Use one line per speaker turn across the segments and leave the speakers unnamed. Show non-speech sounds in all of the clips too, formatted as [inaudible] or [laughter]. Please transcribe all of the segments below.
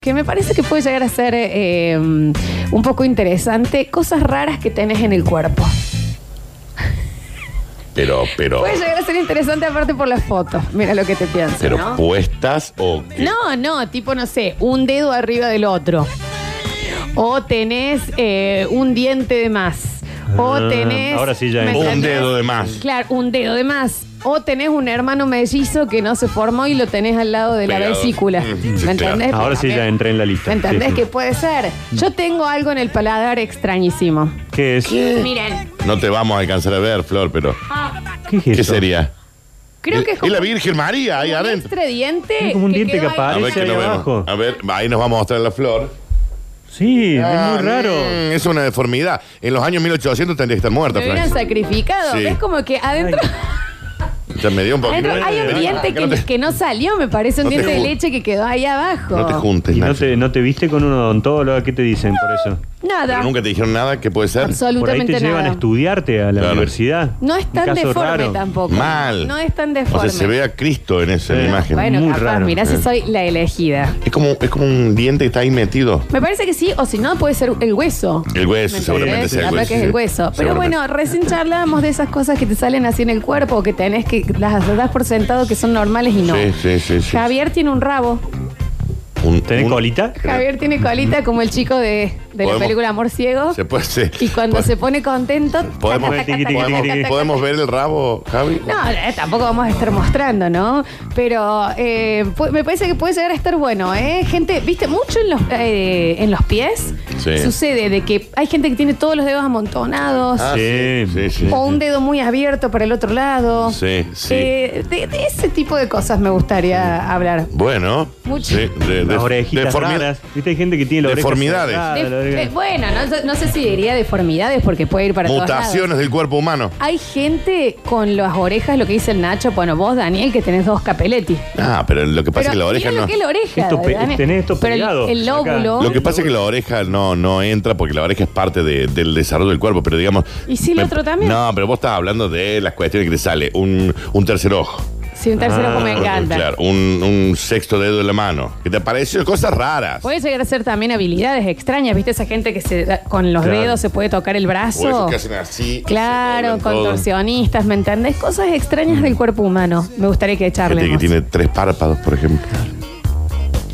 que me parece que puede llegar a ser eh, un poco interesante. Cosas raras que tenés en el cuerpo.
Pero, pero,
Puede llegar a ser interesante aparte por las fotos. Mira lo que te pienso.
Oh. pero
¿no?
puestas o.
No, no, tipo, no sé, un dedo arriba del otro. O tenés eh, un diente de más. O
Ah,
tenés.
ahora sí ya
¿me
entendí.
Un
entendés?
dedo de más.
Claro, un dedo de más. O tenés un hermano mellizo que no se formó y lo tenés al lado de la
Pegado.
vesícula.
Mm, sí,
¿Me entendés?
Ahora sí ya entré en la lista.
¿Me entendés
Sí.
que puede ser? Yo tengo algo en el paladar extrañísimo.
¿Qué es? ¿Qué,
Miren, ah,
No te vamos a alcanzar a ver, Flor, pero.
es
¿Qué
eso?
sería?
creo
Es-
que es como
es la Virgen María ahí
un
adentro.
extra diente.
Es como un diente
quedó
que
ahí.
aparece.
A ver que
Ahí
lo
abajo.
vemos. A ver, ahí nos va a mostrar la flor.
Sí,
Ah,
es muy raro.
mm, es una deformidad. En los años 1800 tendría que estar muerta,
Me hubieran
Flor.
sacrificado.
Sí.
Es como que adentro.
Ya me dio un poquito.
Adentro hay
Vení,
un diente
acá
que
no
que no,
te-
salió, me parece, un
No te
diente de
ju-
leche que quedó ahí abajo.
No te juntes,
¿Y no
Nacho.
te, no te viste con un odontólogo? ¿Qué te dicen por eso?
Nada,
Pero nunca te dijeron nada que puede ser.
Por ahí
absolutamente
te llevan
nada.
a estudiarte a la
Claro.
universidad.
no es
Un
tan
caso
deforme
raro.
tampoco.
Mal.
No es tan deforme.
O sea, se ve a Cristo en esa
Sí.
imagen.
bueno,
Muy
capaz,
raro.
mirá si
Eh.
soy la elegida.
Es, como, es como un diente que está ahí metido.
Me parece que sí, o si no, puede ser el hueso.
El hueso,
¿Me
seguramente
entendés?
sea el
Capaz
hueso.
que es el
sí.
hueso. Pero
Seguramente.
bueno, recién charlábamos de esas cosas que te salen así en el cuerpo o que tenés que las das por sentado que son normales y no.
Sí, sí, sí. sí.
Javier tiene un rabo.
Un-
¿Tenés
un-
colita?
Javier tiene colita como el chico de, de la
Podemos-
película Amor Ciego.
Se puede, sí.
Y cuando
Po-
se pone contento.
Podemos,
taca, taca, taca,
podemos-
taca, taca,
podemos ver el rabo, Javi.
No, eh, tampoco vamos a estar mostrando, ¿no? Pero eh, pu- me parece que puede llegar a estar bueno, ¿eh? Gente, viste, mucho en los, eh, en los pies
Sí.
sucede de que hay gente que tiene todos los dedos amontonados
Ah,
Sí.
sí, sí.
o un dedo muy abierto para el otro lado.
Sí, sí.
Eh, de, de ese tipo de cosas me gustaría hablar.
Bueno,
Mucho.
sí, de, de-
Las orejitas
deformi-
raras. ¿Viste? Hay gente que tiene la oreja
Deformidades.
cerrada,
De-
la oreja-
eh, bueno, no, no sé si diría deformidades porque puede ir para todos lados.
mutaciones del cuerpo humano.
Hay gente con las orejas, lo que dice el Nacho, bueno, vos, Daniel, que tenés dos capeletis.
Ah, pero lo que pasa es que la oreja
mirá lo
no.
que es la oreja,
Esto pe-
Dani.
tenés esto
Pero el-
pegado,
el,
acá.
lóbulo.
Lo que pasa es que la oreja no, no entra porque la oreja es parte de- del desarrollo del cuerpo, pero digamos.
¿Y si el otro también?
No, pero vos estás hablando de las cuestiones que te sale un, un tercer ojo.
Sí, un tercero
Ah,
como me encanta.
Claro, un, un sexto dedo de la mano. Que te aparecen cosas raras.
Puede llegar a ser también habilidades extrañas, ¿viste? Esa gente que se da- con los
Claro.
dedos se puede tocar el
O esos
brazo.
que hacen así.
Claro,
se doblan todo. Mm.
contorsionistas, ¿me entendés? Cosas extrañas del cuerpo humano. Me gustaría que
Gente que
charlemos.
tiene tres párpados, por ejemplo.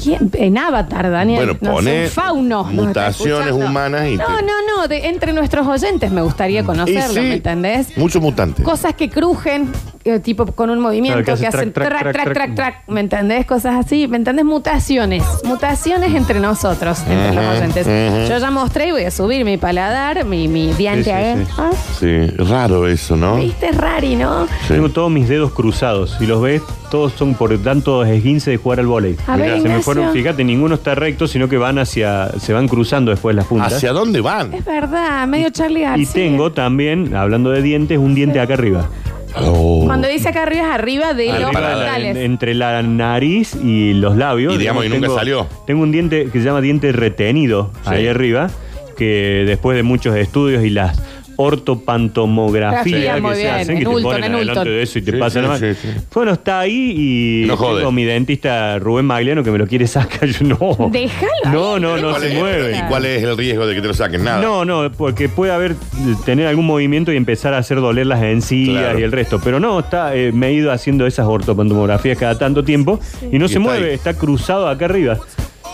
¿Quién? En Avatar, Daniel.
Bueno,
No sé,
pone
un fauno. nos está
mutaciones
escuchando.
humanas y
No,
te- Mm.
no, no. de- entre nuestros oyentes me gustaría
Y
conocerlo,
sí,
¿me entendés?
Muchos mutantes.
Cosas que crujen, eh, tipo con un movimiento
Claro,
que, hacen track, track, track, track, ¿me entendés? Cosas así, ¿me entendés? Mutaciones, mutaciones entre nosotros, entre los oyentes. Yo ya mostré y voy a subir mi paladar, mi, mi diente
sí,
acá.
sí.
Ah,
Sí, Oh. raro eso, ¿no?
Viste, es rari, ¿no?
Sí.
Tengo todos mis dedos cruzados. Si los ves, todos son por tanto esguince de jugar al volei.
A ver,
se me
Ignacio.
fueron, fíjate, ninguno está recto, sino que van hacia, se van cruzando después las puntas.
¿Hacia dónde van?
Es verdad, medio Charlie
y
García.
tengo también, hablando de dientes, un diente acá arriba.
Oh.
Cuando dice acá arriba es arriba de los
Arriba de la-
frontales.
En- entre la nariz y los labios.
Y digamos, y nunca
tengo-
salió.
Tengo un diente que se llama diente retenido
Sí.
ahí arriba, que después de muchos estudios y las
Grafía,
ortopantomografías que
muy
se
bien,
hacen,
en
que
Ulton,
te ponen
en
adelante
Ulton.
de eso y te
Sí,
pasan
sí,
más.
sí, sí.
Bueno, está ahí y
No
tengo
jode.
mi dentista Rubén Magliano que me lo quiere sacar. [laughs] Yo no.
Déjalo ahí,
No, no,
no
no
le
se
es,
mueve.
¿Y cuál es el riesgo de que te lo saquen? Nada.
No, no, porque puede haber tener algún movimiento y empezar a hacer doler las encías
Claro.
y el resto. Pero no, está, eh, me he ido haciendo esas ortopantomografías cada tanto tiempo y no
Y
se
está
mueve,
ahí.
está cruzado acá arriba.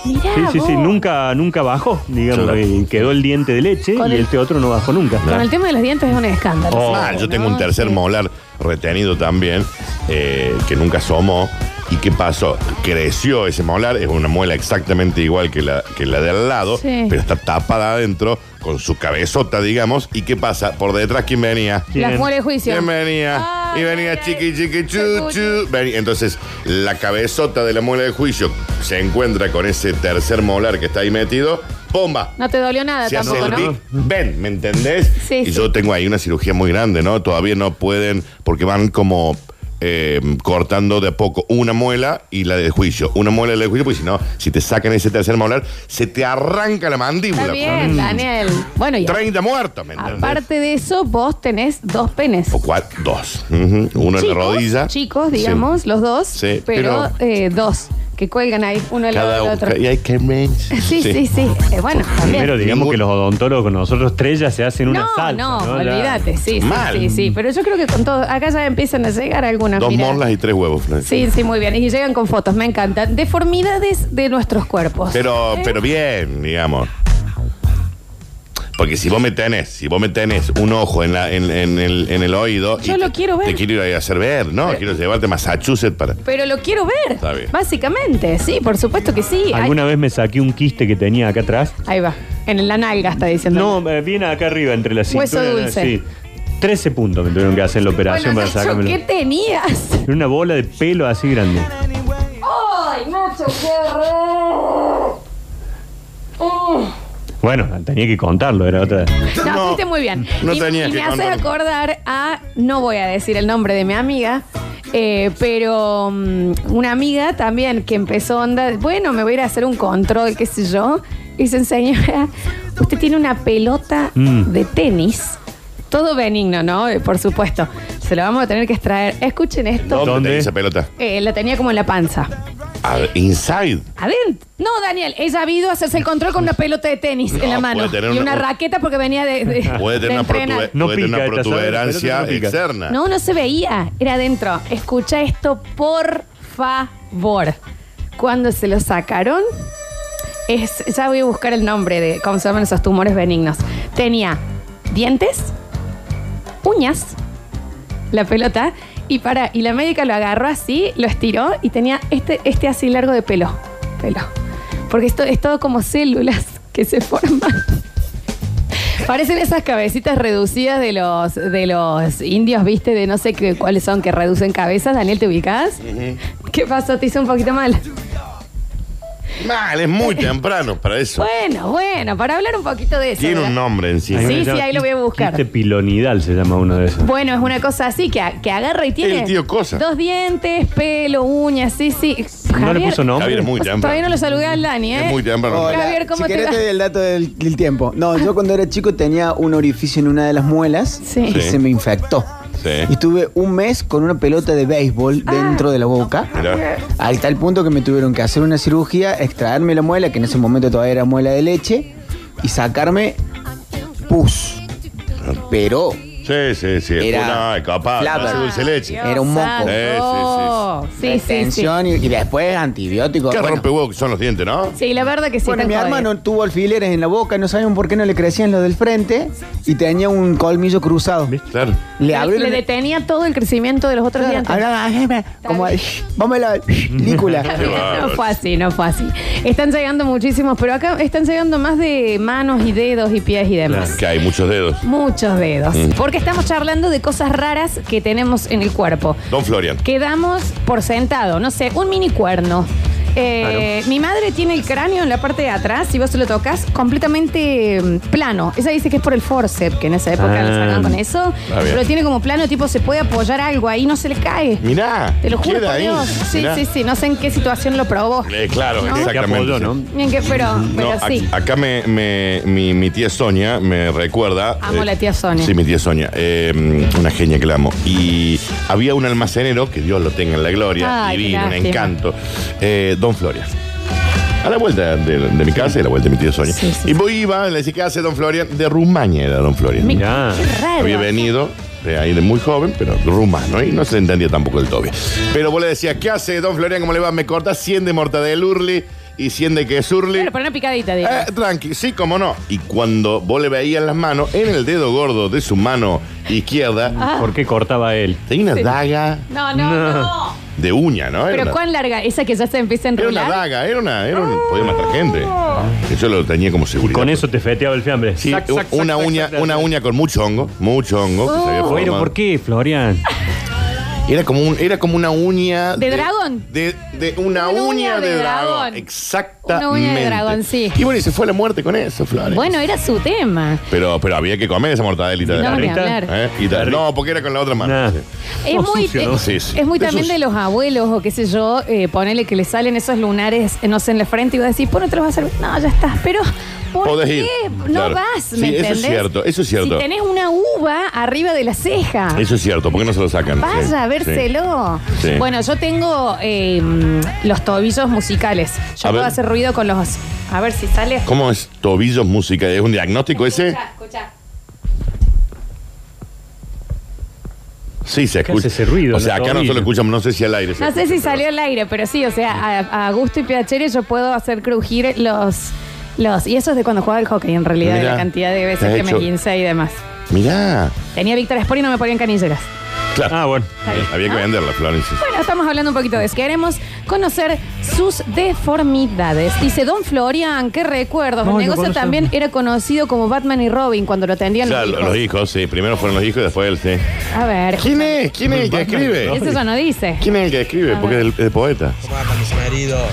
Mirá
Sí, sí, sí,
vos.
nunca, nunca bajó, digamos,
Claro.
y quedó el diente de leche
Con
y
el-
el teatro no bajó nunca.
Con el tema de los dientes es un escándalo.
Oh.
Mal, yo tengo
¿no?
un tercer
Sí.
molar retenido también, eh, que nunca asomó. ¿Y qué pasó? Creció ese molar, es una muela exactamente igual que la, que la de al lado,
Sí.
pero está tapada adentro con su cabezota, digamos. ¿Y qué pasa? Por detrás, ¿quién venía?
Bien.
Las muere de juicio.
¿Quién venía?
Ah,
Y venía
mira,
chiqui, chiqui, chu,
chu, chu.
chu. Vení. Entonces, la cabezota de la muela de juicio se encuentra con ese tercer molar que está ahí metido. ¡Bomba!
No te dolió nada
Se hace
tampoco,
el
¿no?
Big Ben, ¿me entendés?
Sí,
y
sí.
yo tengo ahí una cirugía muy grande, ¿no? Todavía no pueden, porque van como eh, cortando de a poco una muela y la del juicio. Una muela y la del juicio, porque si no, si te sacan ese tercer molar, se te arranca la mandíbula.
Está bien, Daniel. Bueno, y
30 muertos, ¿me entendés?
aparte de eso, vos tenés dos penes.
O cuatro, dos. Ujú, Uno en la rodilla.
Chicos, digamos, los dos.
Sí,
pero
pero-
eh, dos. que cuelgan ahí uno al lado
Cada
del
uno.
otro.
Y hay que mentir.
[laughs] Sí, sí, sí. Eh, bueno, también.
Primero digamos
Ningún-
que los odontólogos nosotros tres ya se hacen una
no,
salsa.
no,
Ya-
olvídate, sí, sí,
Mal.
sí, sí. Pero yo creo que con todo, acá ya empiezan a llegar algunas.
Dos
mirá.
morlas y tres huevos, Florencia.
Sí, sí, muy bien. Y llegan con fotos, me encantan. Deformidades de nuestros cuerpos.
Pero, pero bien, digamos. Porque si vos me tenés, si vos me tenés un ojo en, la, en, en el, en el oído.
Yo
y
lo
te-
quiero ver.
Te quiero ir a hacer ver, ¿no? Quiero llevarte a Massachusetts para.
Pero lo quiero ver.
Está bien.
Básicamente, sí, por supuesto que sí. Ahí-
¿Alguna vez me saqué un quiste que tenía acá atrás?
Ahí va. En la nalga está diciendo.
No, eh, viene acá arriba entre las
Hueso
cintura.
dulce.
Sí. 13 puntos me tuvieron que hacer la operación
Bueno,
para
Nacho,
sacármelo.
¿qué tenías?
Era una bola de pelo así grande.
¡Ay, Nacho, qué horror!
Bueno, tenía que contarlo, era otra.
No,
No,
fuiste muy bien.
no
y,
tenías
y
que
me hace
contarlo.
acordar a, no voy a decir el nombre de mi amiga, eh, pero mm, una amiga también que empezó onda, bueno, me voy a ir a hacer un control, qué sé yo. Y Dicen, señora, usted tiene una pelota
Mm.
de tenis. Todo benigno, ¿no? Eh, Por supuesto. Se lo vamos a tener que extraer. Escuchen esto.
¿Dónde,
¿Dónde?
tenés esa pelota?
Eh, la tenía como en la panza.
A ver, inside.
Adentro. No, Daniel, ella ha habido a hacerse el control con una pelota de tenis
No,
en la mano.
puede tener
Y
una-
una raqueta porque venía de. de-
Puede tener
de
una,
entrenar.
protube-
No
puede tener
pica
una
esta, ¿sabes?
protuberancia
La pelota no pica.
externa.
No, no se veía. Era adentro. Escucha esto, por favor. Cuando se lo sacaron, es, ya voy a buscar el nombre de cómo se llaman esos tumores benignos. Tenía dientes, uñas, la pelota, y para, y la médica lo agarró así, lo estiró y tenía este, este así largo de pelo. Pelo. Porque esto es todo como células que se forman. Parecen esas cabecitas reducidas de los, de los indios, ¿viste? De no sé qué, cuáles son que reducen cabezas. Daniel, ¿te ubicas? ¿Qué pasó? Te hice un poquito mal.
Mal, es muy temprano para eso.
Bueno, bueno, para hablar un poquito de eso. ¿eh?
Tiene
¿verdad?
un nombre en sí.
Hay uno
Sí,
que
sí,
llama
ahí lo voy a buscar.
Quiste pilonidal se llama uno de esos.
Bueno, es una cosa así que, a- que agarra y tiene
El tío cosa.
dos dientes, pelo, uñas, sí, sí.
¿No le
Javier,
puso nombre?
Javier es muy
o sea,
temprano.
Todavía no lo saludé al Dani, ¿eh?
Es muy temprano.
Hola.
Javier, ¿cómo
si
te
querés
va?
te doy el dato del, del tiempo. No, yo cuando era chico tenía un orificio en una de las muelas
Sí.
y
Sí. Eh.
se me infectó.
Sí.
Y estuve un mes con una pelota de béisbol
Ah.
dentro de la boca.
Mirá.
Al tal punto que me tuvieron que hacer una cirugía, extraerme la muela, que en ese momento todavía era muela de leche, y sacarme pus.
Ah.
Pero
Sí, sí, sí.
Era
Una escapada.
Flapper.
hace dulce leche. Eh,
Dios
Era un moco.
santo. Sí, sí, sí.
tensión y, y después antibióticos.
Qué
bueno.
rompe huevo que son los dientes, ¿no?
Sí, la verdad que sí.
Bueno,
están
mi
jodidos.
hermano tuvo alfileres en la boca, no sabían por qué no le crecían los del frente y tenía un colmillo cruzado.
Claro.
Le
Le,
abrieron
detenía todo el crecimiento de los otros
Claro,
dientes.
hablaba, "Ajeme", como vamos a la
[laughs]
[laughs]
película.
No
bárbaro.
fue así, no fue así. Están llegando muchísimos, pero acá están llegando más de manos y dedos y pies y demás.
Que hay muchos dedos.
Muchos dedos.
Mm.
Porque estamos charlando de cosas raras que tenemos en el cuerpo.
Don Florian.
Quedamos por sentado, no sé, un mini cuerno. Eh, Mi madre tiene el cráneo en la parte de atrás, si vos se lo tocas, completamente mm, plano. Esa dice que es por el forceps, que en esa época
Ah.
lo sacaban con eso.
Ah, bien.
Pero tiene como plano, tipo, se puede apoyar algo ahí, no se le cae.
Mirá.
Te lo juro
queda
por
ahí.
Dios. Sí,
Mirá.
sí, sí. No sé en qué situación lo probó.
Eh, claro,
¿No?
Que
exactamente.
apoyó,
sí.
¿no?
Ni en qué, pero,
No,
pero
ac-
sí.
acá me, me- mi, mi tía Sonia me recuerda. eh,
Amo la tía Sonia.
Sí, mi tía Sonia. eh, una genia que la amo. Y había un almacenero, que Dios lo tenga en la gloria,
Ay, qué
divino, un
lástima.
encanto. eh, Don Florian. A la vuelta de, de mi casa y a la vuelta de mi tía Sonia.
Sí, sí,
y voy, iba, le decía, ¿qué hace Don Florian? De Rumania era Don Florian.
Mi-
Mirá.
qué raro.
Había venido de ahí de muy joven, pero rumano, y no se entendía tampoco del todo bien. Pero vos le decías, ¿qué hace don Florian? ¿Cómo le va? Me corta 100 de mortadel urli y 100 de quesurli.
Pero para una picadita, digo.
Eh, tranqui, sí, cómo no. Y cuando vos le veías las manos, en el dedo gordo de su mano izquierda,
Ah.
¿Por qué cortaba él?
tenía una daga
No, no, no.
de uña, ¿no? Era
Pero
una-
cuán larga, esa que ya se empieza a
era una
enrollar.
daga, era una. Era un, podía matar gente. Eso lo tenía como seguridad.
Con eso te feteaba el fiambre.
Sí,
Sac, sac,
una,
sac,
uña,
sac, sac.
una uña con mucho hongo, mucho hongo. que se había
Pero,
formado.
¿por qué, Florian?
Era como, un, era como una uña.
¿De dragón?
De, de una, uña, de, dragón. Exactamente.
Una uña de dragón, sí.
Y bueno, y se fue a la muerte con eso, Flores.
Bueno, era su tema.
Pero, pero había que comer esa mortadelita de
No, ni
dragón.
hablar.
¿Eh? Y tal. No, porque era con la otra mano.
Nah.
sí.
Es
Todo
muy,
sucio, ¿no?
eh,
Sí, sí.
es muy
Eso
también
sí.
de los abuelos o qué sé yo, eh, ponele que le salen esos lunares, eh, no sé, en la frente y vos decís, ¿por no te los vas a hacer? No, ya estás, pero ¿por
Podés
qué
ir,
no
claro.
vas? ¿Me
Sí, eso es
entendés?
cierto, eso es cierto.
Si tenés una uva arriba de la ceja,
Eso es cierto, porque no se lo sacan.
vaya
Sí.
a ver creérselo.
Sí.
Bueno, yo tengo eh, mm, los tobillos musicales. Yo
A
puedo
ver.
hacer ruido con los. A ver si sale.
¿Cómo es tobillos música? ¿Es un diagnóstico ese?
Escucha, escucha.
Sí, se
¿Qué
escucha.
hace ese ruido,
O sea,
los
acá no
tobillos?
solo escuchamos, no sé si al aire. se
No sé
escucha,
si
pero-
salió al aire, pero sí, o sea, a, a gusto y piacere yo puedo hacer crujir los. los y eso es de cuando jugaba al hockey, en realidad, de
Mira,
la cantidad de veces
has
que me
hecho-
quince y demás.
Mirá.
Tenía Víctor Sport y no me ponían canilleras.
Claro.
Ah, bueno.
Está bien,
Había que
¿no?
venderla, Florencia.
Bueno, estamos hablando un poquito de eso. Queremos conocer sus deformidades. Dice Don Florian, qué recuerdos.
No,
El
lo
negocio
conozco.
también era conocido como Batman y Robin cuando lo atendían
Claro,
los, hijos.
los, hijos, sí. Primero fueron los hijos y después él, sí.
A ver,
¿Quién es? ¿Quién es el que escribe?
eso ya no dice.
¿Quién es el que escribe? Porque es el, el poeta.
¿Cómo andan mis queridos?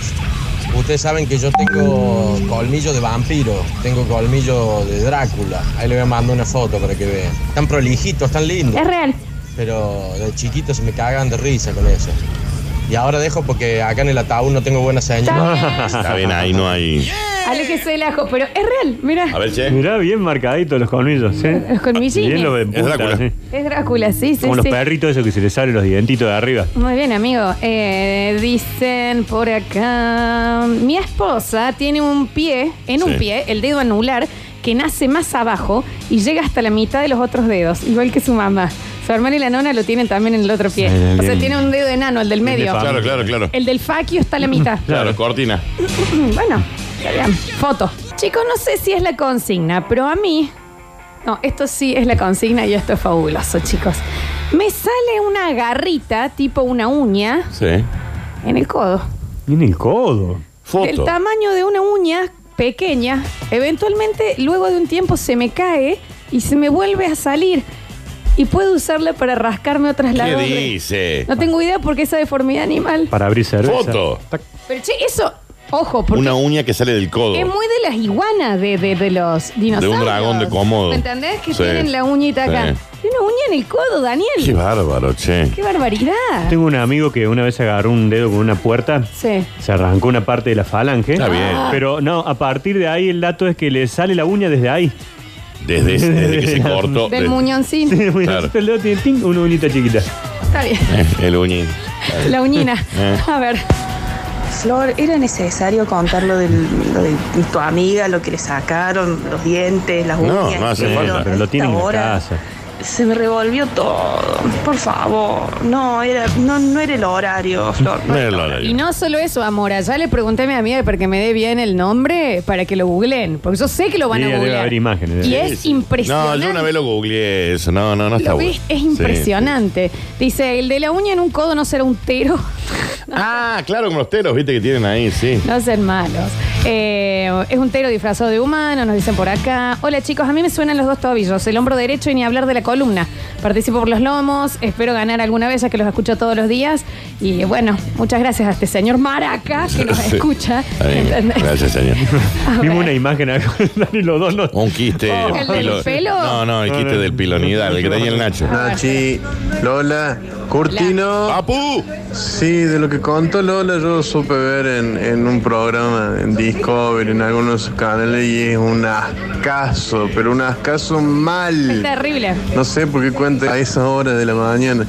Ustedes saben que yo tengo colmillo de vampiro, tengo colmillo de Drácula. Ahí le voy a mandar una foto para que vean. Están prolijitos, están lindos.
Es
[laughs]
real.
Pero de chiquitos se me cagan de risa con eso. Y ahora dejo porque acá en el ataúd no tengo buena señal. [laughs]
Está bien, ahí no hay.
Aléjese el ajo, pero es real,
A
mira.
ver, che.
Mirá, bien marcaditos los colmillos, ¿eh?
Los colmillines.
Bien los de punta,
Drácula.
¿sí?
Es Drácula, sí, sí,
Como los
sí.
perritos esos que se les salen los dientitos de arriba.
Muy bien, amigo. Eh, dicen por acá. Mi esposa tiene un pie, en un
Sí.
pie, el dedo anular, que nace más abajo y llega hasta la mitad de los otros dedos, igual que su mamá. Su hermana y la nona lo tienen también en el otro pie.
Bien, bien,
o sea,
bien.
tiene un dedo enano, el del
de
medio.
fama.
Claro, claro, claro.
El del faquio está a la mitad.
Claro, cortina.
[clears throat] bueno, está bien. Foto. Chicos, no sé si es la consigna, pero a mí. No, esto sí es la consigna y esto es fabuloso, chicos. Me sale una garrita, tipo una uña,
Sí.
en el codo.
Tiene el codo.
El
Foto.
tamaño de una uña pequeña, eventualmente luego de un tiempo se me cae y se me vuelve a salir. Y puedo usarla para rascarme otras
¿Qué
lados.
dice?
No tengo idea porque esa deformidad animal.
Para abrir cerveza.
Foto.
Pero che, eso, ojo, porque
Una uña que sale del codo.
es muy de las iguanas de, de- de los dinosaurios.
dragón de Komodo.
¿Me entendés? Que
Sí.
tienen la uñita acá.
Sí.
Tiene una uña en el codo, Daniel.
Qué bárbaro, che.
Qué barbaridad.
Tengo un amigo que una vez agarró un dedo con una puerta.
Sí.
Se arrancó una parte de la falange.
Está bien.
Ah.
Pero no, a partir de ahí el dato es que le sale la uña desde ahí. [laughs]
Desde, ese- desde que se cortó.
Del
de-
muñoncín.
Claro.
El dedo tiene ting, una uñita chiquita.
Está bien.
[laughs] El uñín.
La uñina.
Eh.
A ver.
Flor, ¿era necesario contar lo, del- lo de tu amiga, lo que le sacaron, los dientes, las
No,
uñas?
no hace
el
Sí,
pelo?
falta.
pero lo tienen en la
Ahora
casa.
Se me revolvió todo. Por favor. No, era, no, no era el horario, Flor.
No era el horario.
Y no solo eso, Amora. Ya le pregunté a mi amiga para que me dé bien el nombre para que lo googleen. Porque yo sé que lo van
Sí,
a
debe
googlear.
haber imágenes.
Y
Sí,
es
Sí.
impresionante.
No, yo una vez lo googleé eso. No, no, no está
Lo
bueno.
ves, es
Sí,
impresionante. Dice, el de la uña en un codo no será un tero. [laughs]
sí. Ah, claro, con los teros, viste que tienen ahí, sí.
No sean malos. Eh, es un tero disfrazado de humano, nos dicen por acá. Hola chicos, a mí me suenan los dos tobillos, el hombro derecho y ni hablar de la columna. Participo por los lomos, espero ganar alguna vez ya que los escucho todos los días. Y bueno, muchas gracias a este señor Maraca que nos
[laughs] Sí.
escucha.
Está bien.
[laughs] ¿entendés?
Graciés, señor.
A ver.
Vimos una imagen acá, [laughs] y los dos no.
O Un quiste.
Oh, ¿el del
pilo-
pelo?
No, no, el
No,
quiste
no.
del pilonidal, el Grey y el Nacho.
A ver.
Nachi, Lola, Curtino.
¡Papu!
Sí, de lo que contó Lola, yo supe ver en, en un programa, en Discovery, en algunos canales, y es un ascaso, pero un ascaso
Es
mal.
terrible.
No sé por qué cuenta a esas horas de la mañana.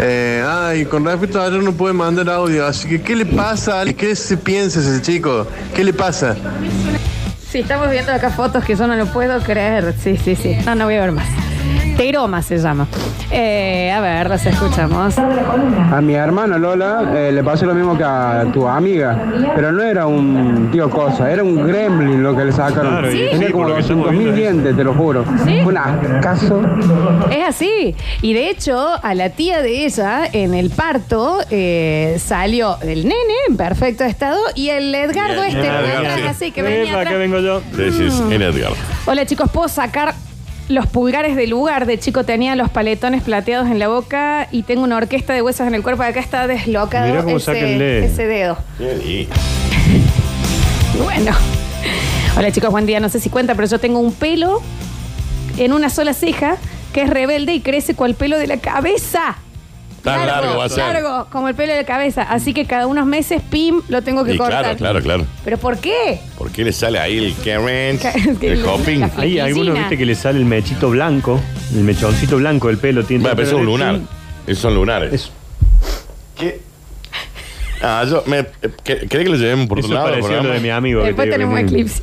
Eh, ay, con respecto a ayer no puede mandar audio, así que ¿qué le pasa? Ale? ¿Qué se piensa ese chico? ¿Qué le pasa?
Sí, estamos viendo acá fotos que yo no lo puedo creer. Sí, sí, sí. No, no voy a ver más. Teroma se llama. Eh, a ver, las escuchamos.
A mi hermana Lola eh, le pasó lo mismo que a tu amiga, pero no era un tío cosa, era un gremlin lo que le sacaron.
Claro, y
Tenía
sí,
como
por lo que estamos
200.000
viendo es-
dientes, te lo juro.
¿Sí?
Un ascaso.
Es así. Y de hecho, a la tía de ella, en el parto, eh, salió el nene en perfecto estado y el Edgardo
Bien,
este,
bien, Edgardo,
atrás,
sí.
así que venía
Epa, acá
atrás.
vengo yo.
Sí, sí, sí, el Edgar.
Hola chicos, ¿puedo sacar los pulgares del lugar? De chico tenía los paletones plateados en la boca y tengo una orquesta de huesos en el cuerpo. Acá está deslocado
Mirá cómo saca el dedo.
ese, ese dedo.
Qué lindo.
Bueno. Hola chicos, buen día. No sé si cuenta, pero yo tengo un pelo en una sola ceja que es rebelde y crece cual pelo de la cabeza.
Tan largo va a ser.
Largo, como el pelo de la cabeza. Así que cada unos meses, pim, lo tengo que
Y
cortar.
claro, claro, claro.
¿Pero por qué?
¿Por qué le sale ahí el Karen?
Ca- [laughs] es que
El
la-
hopping.
la-
Hay
Piscina.
algunos, viste, que le sale el mechito blanco, el mechoncito blanco del pelo. Tiene
Bueno, pero eso es un lunar. Esos son lunares.
Eso,
¿Qué? Ah, yo me. eh, ¿Qué, ¿Querés que lo llevemos por
eso
otro lado? el
parecía lo
programa?
de mi amigo. que
Después
te digo
tenemos
que-
eclipse.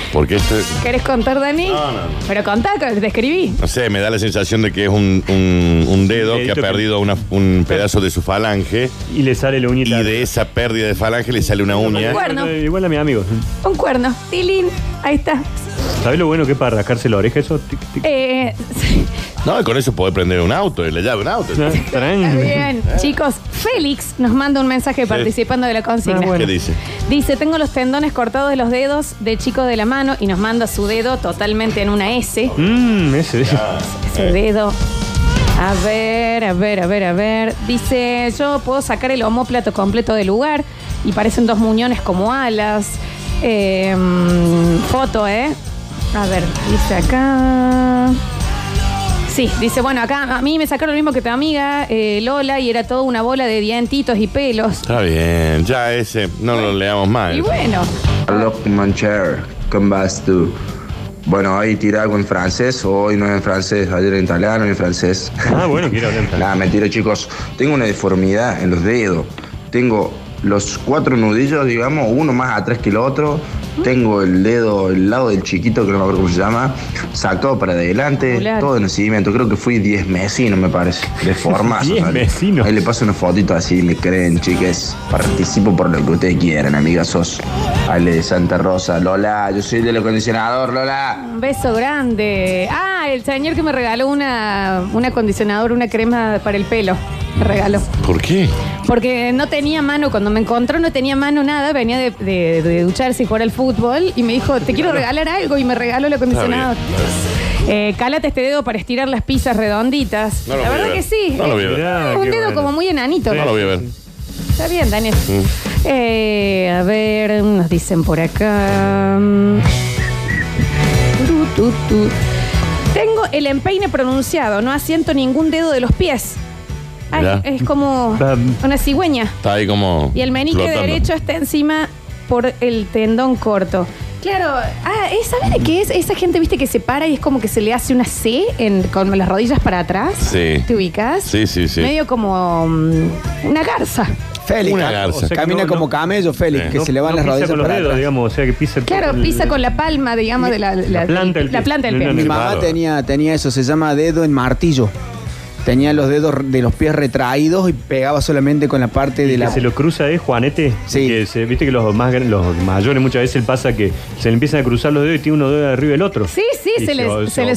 [laughs]
Porque este, esto.
¿Querés contar, Dani?
No, no, no.
Pero contá, que te escribí.
No sé, me da la sensación de que es un, un- un dedo que ha
Dedito que-
perdido una- un pedazo de su falange
Y le sale la
y
uñita.
de esa pérdida de falange le sale una uña.
Cuerno.
Igual a mi amigo.
Un cuerno. Tilín. Ahí está.
¿Sabes lo bueno que es para rascarse la oreja eso? Tic, tic.
Eh, [laughs]
No, y con eso podés prender un auto, y le llave un auto.
Ah,
está
tarán. [laughs]
bien. Chicos, Félix nos manda un mensaje participando de la consigna.
Ah, bueno.
¿Qué dice?
Dice, tengo los tendones cortados de los dedos de chico de la mano y nos manda su dedo totalmente en una S.
Mmm, ese.
Ese dedo. A ver, a ver, a ver, a ver. Dice, yo puedo sacar el homóplato completo del lugar y parecen dos muñones como alas. Eh, foto, ¿eh? A ver, dice acá. Sí, dice, bueno, acá a mí me sacaron lo mismo que tu amiga eh, Lola y era toda una bola de dientitos y pelos.
Está bien, ya ese no lo leamos más.
Y bueno,
Lock Mancher, ¿cómo vas tú? Bueno, hoy tira algo en francés, o hoy no en francés, ayer en italiano, en francés.
Ah, bueno, quiero hablar. en tarán.
Nada, mentira chicos. Tengo una deformidad en los dedos. Tengo los cuatro nudillos, digamos, uno más atrás que el otro. Tengo el dedo, el lado del chiquito, que no me acuerdo cómo se llama, sacado para adelante,
Espectacular.
todo de nacimiento. Creo que fui 10 mesino, me parece. De forma.
Diez mesino.
Ahí le paso una fotito así, me creen, chiques. Participo por lo que ustedes quieran, amigazos. Ahí le de Santa Rosa, Lola, yo soy del acondicionador, Lola.
Un beso grande. Ah, el señor que me regaló una, un acondicionador, una crema para el pelo. Me regaló.
¿Por qué?
Porque no tenía mano, cuando me encontró no tenía mano nada, venía de, de- de ducharse y jugar al fútbol y me dijo, te quiero regalar algo y me regaló el acondicionador. Eh, cálate este dedo para estirar las pizzas redonditas.
No lo
La
voy a
verdad
ver.
que sí.
No lo voy a ver. Ah,
Mirá,
un
qué
dedo
bueno.
como muy enanito.
No lo voy a ver.
Está bien, Daniel.
Mm.
Eh, a ver, nos dicen por acá. Tu, tu, tu. Tengo el empeine pronunciado, no asiento ningún dedo de los pies. Ay,
Mirá.
es como
Bam.
una cigüeña.
Está ahí como.
Y el meñique
flotando.
derecho está encima por el tendón corto. Claro, ah, ¿eh? ¿sabes de qué es? Esa gente, viste, que se para y es como que se le hace una C en- con las rodillas para atrás.
Sí.
¿Te ubicas?
Sí, sí, sí.
Medio como mm, una garza.
Félix.
Una
cam-
garza. O sea
que
camina
no-
como
no-
camello, Félix,
Sí.
que
No-
se le van
no
las
pisa
rodillas
con los
para
dedos,
atrás.
digamos, o sea que pisa.
Claro, pisa con la palma, digamos, de la,
La planta del
la
pie.
planta del
No,
pie.
no,
Mi
Qué
mamá
bárbaro.
tenía, tenía eso, se llama dedo en martillo. Tenía los dedos de los pies retraídos y pegaba solamente con la parte de
Que
la...
se lo cruza es Juanete.
Sí.
Que se- Viste que los, más, gran- los mayores muchas veces pasa que se le empiezan a cruzar los dedos y tiene uno dedo arriba del otro.
Sí, sí,
Y
se, les- se,
se
le
operan,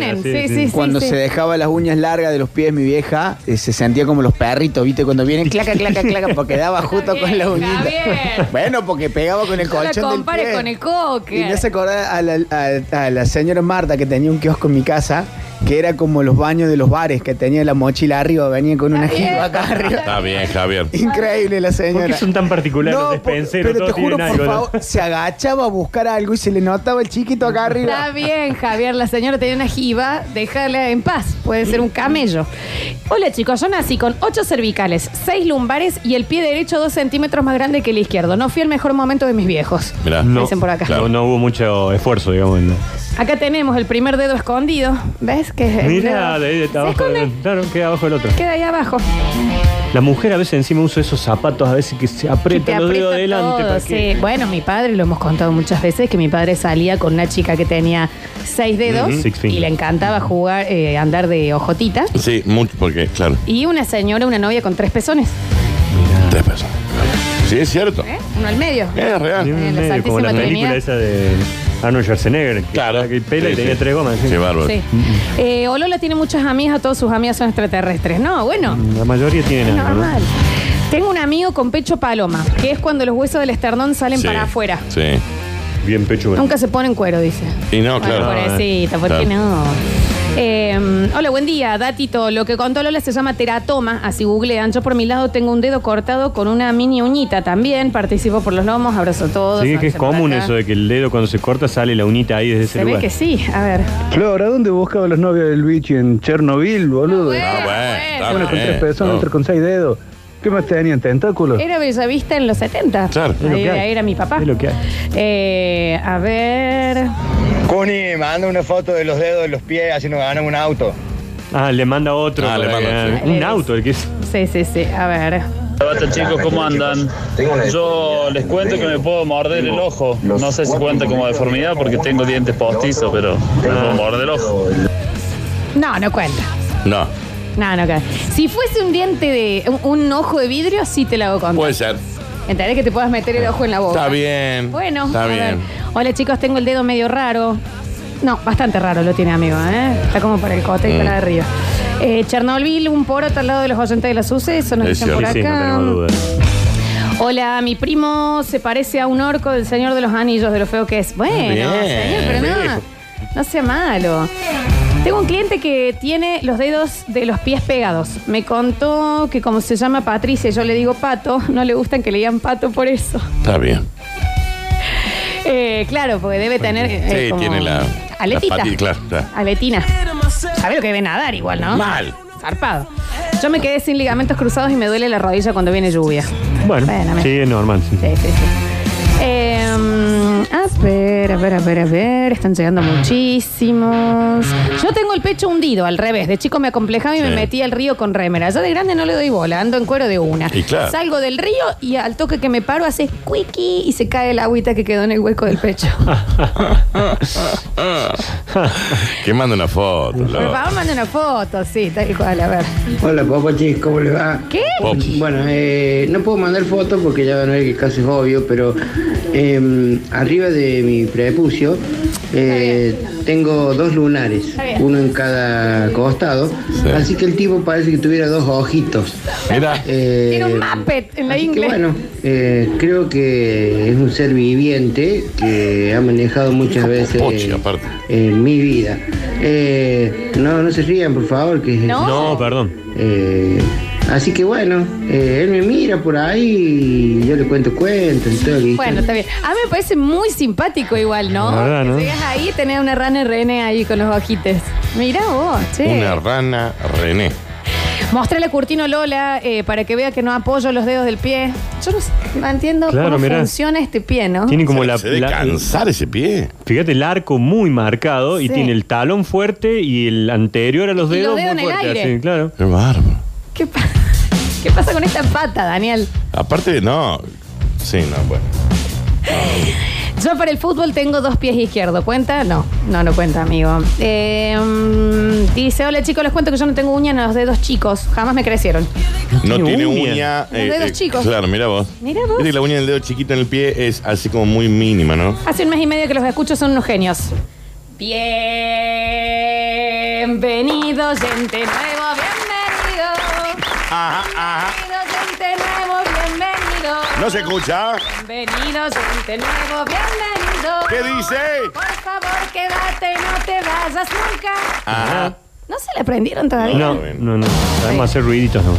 superponen.
así,
Sí, sí,
sí.
sí.
Cuando
sí.
se dejaba las uñas largas de los pies, mi vieja eh, se sentía como los perritos, ¿viste? Cuando vienen, claca, claca, claca, porque daba justo
bien,
con las
está
uñitas.
bien.
[laughs] Bueno, porque pegaba con el
No la
colchón. del
compare
pie.
con el
Y
coque.
me hace acordar a la, a- a la señora Marta que tenía un kiosco en mi casa, que era como los baños de los bares, que tenía la mochila arriba, venía con una
bien.
jiba acá arriba.
Está bien, Javier.
Increíble la
¿Por
señora.
qué son tan particulares
No,
los
por-
despenseros?
pero
Todos
te juro,
tienen
por
algo, ¿no?
favor, se agachaba a buscar algo y se le notaba el chiquito acá
Está
arriba.
bien, Javier, la señora tenía una jiba, déjala en paz, puede ser un camello. Hola chicos, yo nací con ocho cervicales, seis lumbares y el pie derecho dos centímetros más grande que el izquierdo. No fui el mejor momento de mis viejos.
Mirá.
No,
Dicen por acá.
no, no hubo mucho esfuerzo, digamos. en la-
Acá tenemos el primer dedo escondido, ¿ves? Que es el
Mira,
dedo-
de ahí de
Se
abajo.
esconde,
Claro, queda abajo del otro.
queda ahí abajo.
La mujer a veces encima usa esos zapatos, a veces que se
Que
aprieta
te
los dedos
aprieta
adelante.
todo,
para que-
sí. Bueno, mi padre, lo hemos contado muchas veces, que mi padre salía con una chica que tenía seis dedos
Ujú. Six
y
fingers.
le encantaba jugar, eh, andar de ojotita.
Sí, mucho, porque, claro.
Y una señora, una novia con tres pezones.
Tres personas. Sí, es cierto.
¿eh? Uno al medio.
Es real.
En la
medio,
Santísima
como la
Trinidad.
película esa de Arnold Schwarzenegger. que-
Claro.
Que pela
Sí,
y tenía
sí.
tres gomas. sí.
Qué bárbaro.
Sí. Eh, Olola tiene muchas amigas, todas sus amigas son extraterrestres. No, bueno,
La mayoría tienen algo, ¿no?
normal. Tengo un amigo con pecho paloma, que es cuando los huesos del esternón salen
Sí,
para afuera.
Sí.
Bien pecho. bueno.
Nunca se pone en cuero, dice.
Y no,
Bueno,
claro.
pobrecita, ¿por qué no? Eh, hola, buen día, Datito. Lo que contó Lola se llama teratoma, así googlean. Yo por mi lado tengo un dedo cortado con una mini uñita también. Participo por los lomos, abrazo a todos.
Sí, que es
Abrazo por
común
acá.
eso de que el dedo cuando se corta sale la unita ahí desde ese
Se ve
lugar. Ah,
que sí, a ver.
Flora, ¿dónde buscaban los novios del bichi? En Chernobyl, boludo.
Ah, bueno, está
Bueno,
Uno con
bien,
tres personas,
Eh, no.
otro con seis dedos. ¿Qué más tenían? ¿Tentáculos?
Era Bellavista en los 70.
Claro. Es
lo
Ahí
que hay.
ahí era mi papá.
Es lo que hay.
Eh, a ver.
Cuni, manda una foto de los dedos de los pies haciendo ganar un auto.
Ah, le manda otro.
Ah, le
para
manda,
que-
sí.
Un auto, el que es.
Sí, sí, sí. A ver.
Hola chicos, ¿cómo andan? Yo les cuento que me puedo morder el ojo. No sé si cuenta como deformidad porque tengo dientes postizos, pero me puedo morder el ojo.
No, no cuenta.
No,
No, no cuenta. Si fuese un diente de. un, un ojo de vidrio, sí te lo hago contar.
puede ser.
¿Entendés que te puedas meter el ojo en la boca?
Está bien.
Bueno,
está
a ver.
bien.
Hola chicos, tengo el dedo medio raro. No, bastante raro lo tiene amigo, ¿eh? Está como para el cote y
Mm.
para arriba. Eh, Chernobyl, un poro al lado de los oyentes de los sucesos, nos
Es
dicen por
cierto.
acá.
Sí, sí, no tenemos dudas.
Hola, mi primo se parece a un orco del Señor de los Anillos, de lo feo que es. Bueno,
Bien,
señor, pero no,
bien.
no sea malo. Tengo un cliente que tiene los dedos de los pies pegados. Me contó que como se llama Patricia, yo le digo pato, no le gustan que le digan pato por eso.
Está bien.
Eh, claro, porque debe tener. eh,
Sí,
como
tiene la-
Aletita.
la pati- claro, claro.
Aletina. ¿Sabe lo que debe nadar igual, no?
Mal. [laughs]
Zarpado. Yo me quedé sin ligamentos cruzados y me duele la rodilla cuando viene lluvia.
Bueno,
Bueno, me-
sí, es normal. sí.
Sí, sí, sí. Em, a ver, a ver, a ver, a ver. Están llegando muchísimos. Yo tengo el pecho hundido, al revés. De chico me acomplejaba y me
Sí.
metí al río con remera. Yo de grande no le doy bola, ando en cuero de una.
Y claro.
Salgo del río y al toque que me paro hace squeaky y se cae el agüita que quedó en el hueco del
[laughs]
pecho.
Que manda una foto.
Por
loco.
favor, mande una foto, sí, tal cual, a ver.
Hola, Popochis, ¿cómo les va?
¿Qué?
Pop.
Bueno, eh, no puedo mandar fotos porque ya van a ver que el caso es obvio, pero eh, arriba de mi prepucio eh, tengo dos lunares,
Está bien.
uno en cada costado,
Sí.
así que el tipo parece que tuviera dos ojitos.
Mira.
Eh,
Tiene un Muppet en la
así que
ingle.
bueno, eh, creo que es un ser viviente que ha manejado muchas veces
Popochi, aparte.
en mi vida. Eh, no, no se rían, por favor, que
No.
No, perdón.
eh, así que bueno, eh, él me mira por ahí y yo le cuento cuentos y todo. ¿viste?
Bueno, está bien. A mí me parece muy simpático igual, ¿no?
La verdad,
Que
¿no?
Llegas ahí y tenés una rana RN ahí con los ojites. Mirá vos, che.
Una rana René.
Mostrale a Curtino Lola eh, para que vea que no apoyo los dedos del pie. Yo no, sé, no entiendo
Claro,
cómo
mirá.
funciona este pie, ¿no?
Tiene como
Se-
la,
se debe
la- eh,
cansar ese pie.
Fíjate, el arco muy marcado y
Sí.
tiene el talón fuerte y el anterior a los
Y los
dedos,
dedos en
muy
el
fuerte.
aire.
así, claro.
Qué bárbaro.
¿Qué, pa- [laughs] ¿Qué pasa con esta pata, Daniel?
Aparte, no. Sí, no, bueno.
Yo para el fútbol tengo dos pies izquierdos. ¿Cuenta? No, no, no cuenta, amigo. Eh, mm, dice, hola chicos, les cuento que yo no tengo uñas en los dedos chicos. Jamás me crecieron.
No
Tiene
tiene
uña.
uña. eh,
Los dedos chicos.
Claro, mira vos.
Mira vos.
Viste que la uña del dedo chiquito en el pie es así como muy mínima, ¿no?
Hace un mes y medio que los escucho, son unos genios. Bienvenido, gente nuevo, bienvenido.
Ajá, ajá.
Bienvenido, gente nuevo, bienvenido.
No se escucha.
Bienvenido, gente nuevo, bienvenido.
¿Qué dice?
Por favor, quédate, no te vayas nunca.
Ajá.
¿No se le aprendieron todavía?
No, no, no. Sabemos hacer ruiditos, ¿no?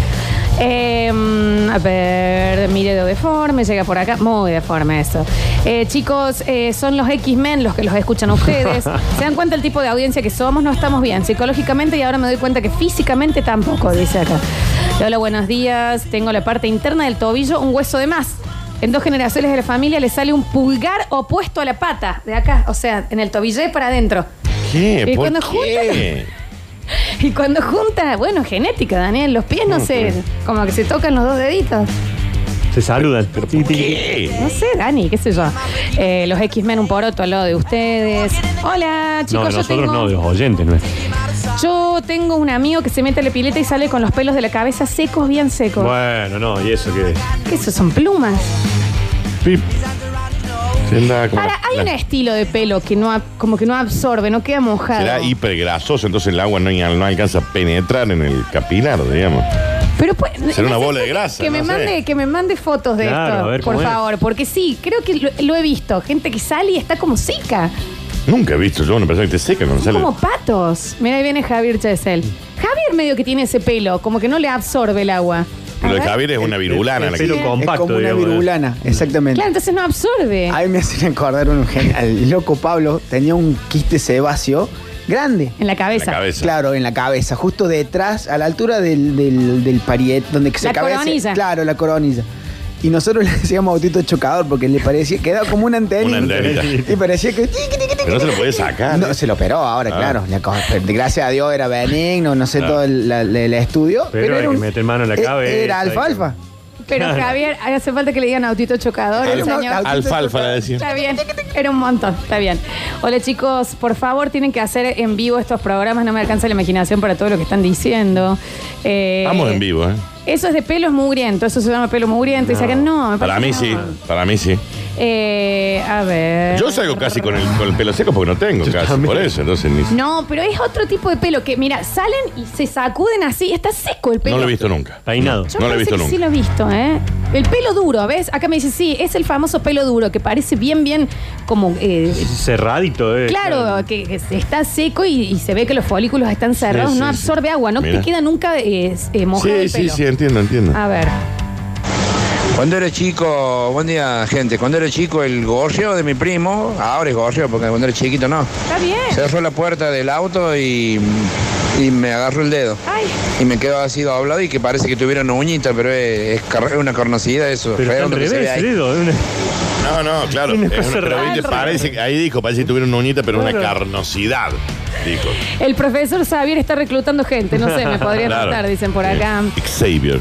Eh, mm, a ver, mi dedo deforme, llega por acá. Muy deforme eso. Eh, chicos, eh, son los X-Men los que los escuchan a ustedes. ¿Se dan cuenta el tipo de audiencia que somos? No estamos bien psicológicamente y ahora me doy cuenta que físicamente tampoco, dice acá. Hola, buenos días. Tengo la parte interna del tobillo, un hueso de más. En dos generaciones de la familia le sale un pulgar opuesto a la pata de acá, o sea, en el tobillo para adentro.
¿Qué?
Y
¿Por
cuando
qué?
Y cuando junta, bueno, genética, Daniel, los pies no sé, como que se tocan los dos deditos.
Se saludan. Ti, ti, ti.
¿Qué?
No sé, Dani, qué sé yo. Eh, los X-Men un poroto al lado de ustedes. Hola,
No,
chicos,
de
yo
nosotros
tengo.
no, de los oyentes, ¿no?
Yo tengo un amigo que se mete a la pileta y sale con los pelos de la cabeza secos, bien secos.
Bueno, no, ¿y eso qué es?
¿Qué eso? ¿Son plumas?
Pip. Se anda como-
Ahora, hay un estilo de pelo que no, ab- como que no absorbe, no queda mojado.
Será hipergrasoso, entonces el agua no, no alcanza a penetrar en el capilar, digamos.
Pero pues,
Será una bola de grasa,
Que me
no sé.
mande, que me mande fotos de
Claro,
esto,
a ver
por
cómo es.
favor, porque sí, creo que lo, lo he visto, gente que sale y está como seca,
Nunca he visto yo una persona que te seca cuando sale.
como patos. Mira, ahí viene Javier Chesel. Javier medio que tiene ese pelo, como que no le absorbe el agua.
Pero
A
el
ver.
Javier es una virulana. la que-
Pelo
Es
compacto,
como una
digamos, ¿eh?
virulana, exactamente.
Claro, entonces no absorbe.
Ahí me hacen acordar un gen- al loco Pablo tenía un quiste sebáceo grande.
En la
la
cabeza.
cabeza.
Claro, en la cabeza, justo detrás, a la altura del, del, del pariet, donde que se
La
acaba ese-
coronilla.
Claro, la coronilla. Y [laughs] nosotros le decíamos autito chocador porque le parecía, quedaba como una antenita.
Una antenita.
Y parecía que. tiqui, tiqui, tiqui,
Pero no se lo puede sacar.
No, se lo operó ahora,
Ah.
claro. La cosa- [laughs] gracias a Dios era benigno, no sé
Claro.
todo el, la- el estudio.
Ah. Pero hay
era
que
un-
meter mano en la
eh,
cabeza,
Era
hay que-
alfalfa.
Pero Javier, hace falta que le digan autito chocador al
Era un
señor.
autito
Alfalfa la decía.
Está bien, era un montón, está bien. Hola chicos, por favor tienen que hacer en vivo estos programas, no me alcanza la imaginación para todo lo que están diciendo. Eh,
Vamos en vivo, ¿eh?
Eso es de pelos mugriento, eso se llama pelo mugriento. Y sacan, no, me
Para
parece
mí
que
sí,
no.
para mí sí.
Eh, a ver.
Yo salgo casi con el, con el pelo seco porque no tengo casi, por eso, entonces ni...
No, pero es otro tipo de pelo que, mira, salen y se sacuden así, está seco el pelo.
No lo he visto nunca.
Peinado.
Yo
No lo he
pensé
visto
que
nunca.
sí lo he visto, ¿eh? El pelo duro, ¿ves? Acá me dice, sí, es el famoso pelo duro, que parece bien, bien como... eh,
Cerradito, eh.
claro, que, que se- está seco y, y se ve que los folículos están cerrados,
Sí, sí,
no
sí.
absorbe agua, no
Mira.
te queda nunca eh, s- eh, mojado
Sí,
el
sí,
pelo. Ah.
sí, entiendo, entiendo.
A ver,
Cuando era chico, buen día gente, cuando era chico el gorreo de mi primo, ahora es gorreo porque cuando era chiquito no,
está bien.
cerró la puerta del auto y, y me agarró el dedo.
Ay,
Y me quedo así doblado y que parece que tuviera una uñita, pero es, es car- una carnosidad eso.
Pero está al
redondo que se ve
revés,
ahí.
el dedo. es una-
No, no, claro.
Una
es
cosa
una- pero
rara.
viste, parece, que- ahí dijo, parece que tuviera una uñita, pero una
Claro.
carnosidad, dijo.
el profesor Xavier está reclutando gente, no sé, me
[laughs]
podría
Claro.
notar, dicen por acá.
Eh, Xavier.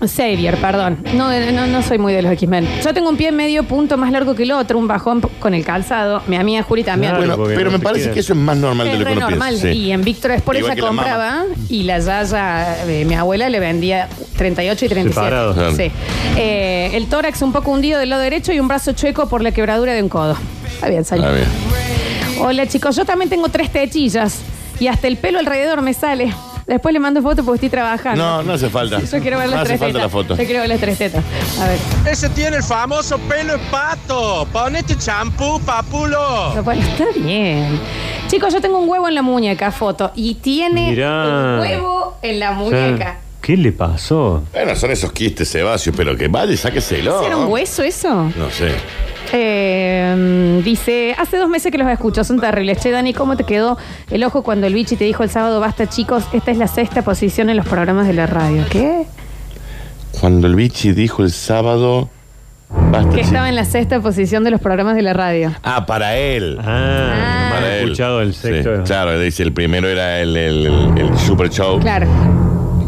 Xavier, perdón. No, no, no soy muy de los X-Men. Yo tengo un pie medio punto más largo que el otro, un bajón p- con el calzado. Mi amiga Juli también.
Claro,
Bueno,
porque
pero me
no te
parece
queda.
que eso es más normal de
Es
lo que
re
uno
normal.
piensa. sí.
Y en Víctor es por
Igual
ella
que la
compraba y la Yaya, eh, mi abuela, le vendía 38 y 37.
Separados,
claro.
Sí. Eh, el tórax un poco hundido del lado derecho y un brazo chueco por la quebradura de un codo. Está bien,
Está
señor.
bien.
Hola chicos, yo también tengo tres techillas y hasta el pelo alrededor me sale. Después le mando foto porque estoy trabajando.
No, no hace falta.
Yo quiero ver las
no hace
tres
falta
tetas.
la foto.
Yo quiero ver las tres tetas. A ver,
Ese tiene el famoso pelo de pato. Ponete champú, papulo.
bueno, está bien. Chicos, yo tengo un huevo en la muñeca, foto. Y tiene
Mirá.
un huevo en la
O sea,
muñeca.
Ah, ¿Qué le pasó?
Bueno, son esos quistes sebáceos, pero que vaya y sáqueselo.
¿Ese ¿Era un hueso eso?
No sé.
Eh, dice, hace dos meses que los escucho, son terribles. Che, Dani, ¿cómo te quedó el ojo cuando el bichi te dijo el sábado, basta chicos, esta es la sexta posición en los programas de la radio? ¿Qué?
Cuando el bichi dijo el sábado. Basta,
Que
chi-
estaba en la sexta posición de los programas de la radio.
Ah, para él.
Ah, mal
Para él.
escuchado el
Sí,
sexto. Ah,
Claro, dice, el primero era el, el, el- el Super Show.
Claro.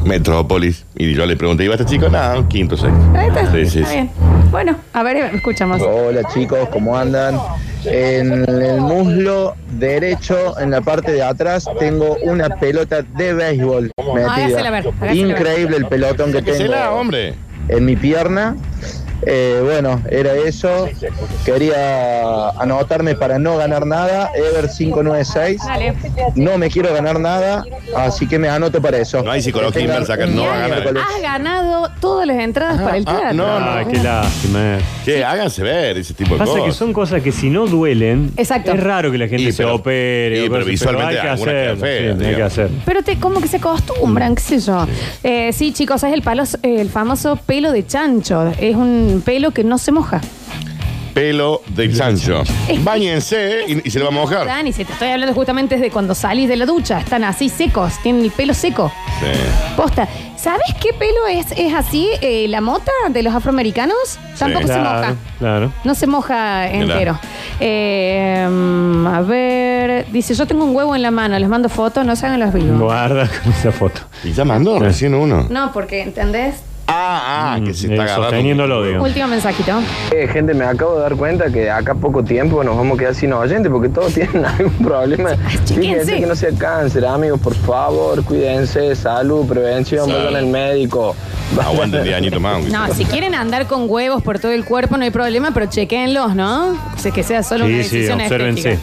Metrópolis. Y yo le pregunté, ¿y basta, chico? No, quinto, sexto.
Ahí está.
Sí, sí,
Está
sí.
bien. Bueno, a ver, escuchamos.
Hola chicos, ¿cómo andan? En el muslo derecho, en la parte de atrás, tengo una pelota de béisbol
hágasela ver, hágasela ver.
metida. Increíble el pelotón que tengo
Sáquesela, hombre.
en mi pierna. Eh, bueno, era eso. Quería anotarme para no ganar nada. Ever 596.
Dale.
No me quiero ganar nada, así que me anoto para eso.
No hay psicología
Que tengan
inversa acá, no
un
va a ganar.
miércoles.
Has ganado todas las entradas para el
ah,
teatro.
no,
Ah, qué lástima.
Che, háganse ver ese tipo de
Pasa
cosas.
que son cosas que si no duelen,
Exacto.
es raro que la gente
Y,
se
pero-
opere.
y,
o
pero
cosas,
visualmente
hay que
algunas
hacer.
quedan feas,
hay que
digamos.
hacer.
Pero te, como que se acostumbran, qué sé yo. Eh, sí, chicos, es el, palo, eh, el famoso pelo de chancho. Es un pelo que no se moja.
Pelo de chancho. Báñense y, y se lo va a mojar.
Dani, si te estoy hablando justamente es de cuando salís de la ducha. Están así secos, tienen el pelo seco.
Sí.
Posta. ¿Sabes qué pelo es, es así? Eh, la mota de los afroamericanos tampoco se moja.
Claro, claro.
No se moja
Mirá.
entero. Eh, mm, a ver, dice, yo tengo un huevo en la mano, les mando fotos, no se hagan los vivos.
Guarda [laughs] con esa foto.
Y ya mandó recién uno.
No, porque, ¿entendés?
Ah, ah, que se
Mm,
está
eh,
agarrando.
sosteniéndolo, digamos.
Último mensajito.
Eh, gente, me acabo de dar cuenta que de acá a poco tiempo nos vamos a quedar sin oyentes porque todos [laughs] tienen algún problema.
chequéense.
Fíjense que no sea cáncer, amigos, por favor, cuídense, salud, prevención,
Salud.
vayan al médico. [laughs]
Aguanten 10 añitos más. aunque sea.
No, si quieren andar con huevos por todo el cuerpo no hay problema, pero chequenlos, ¿no? O sea, que sea solo una
Sí, sí,
decisión
obsérvense.
estética.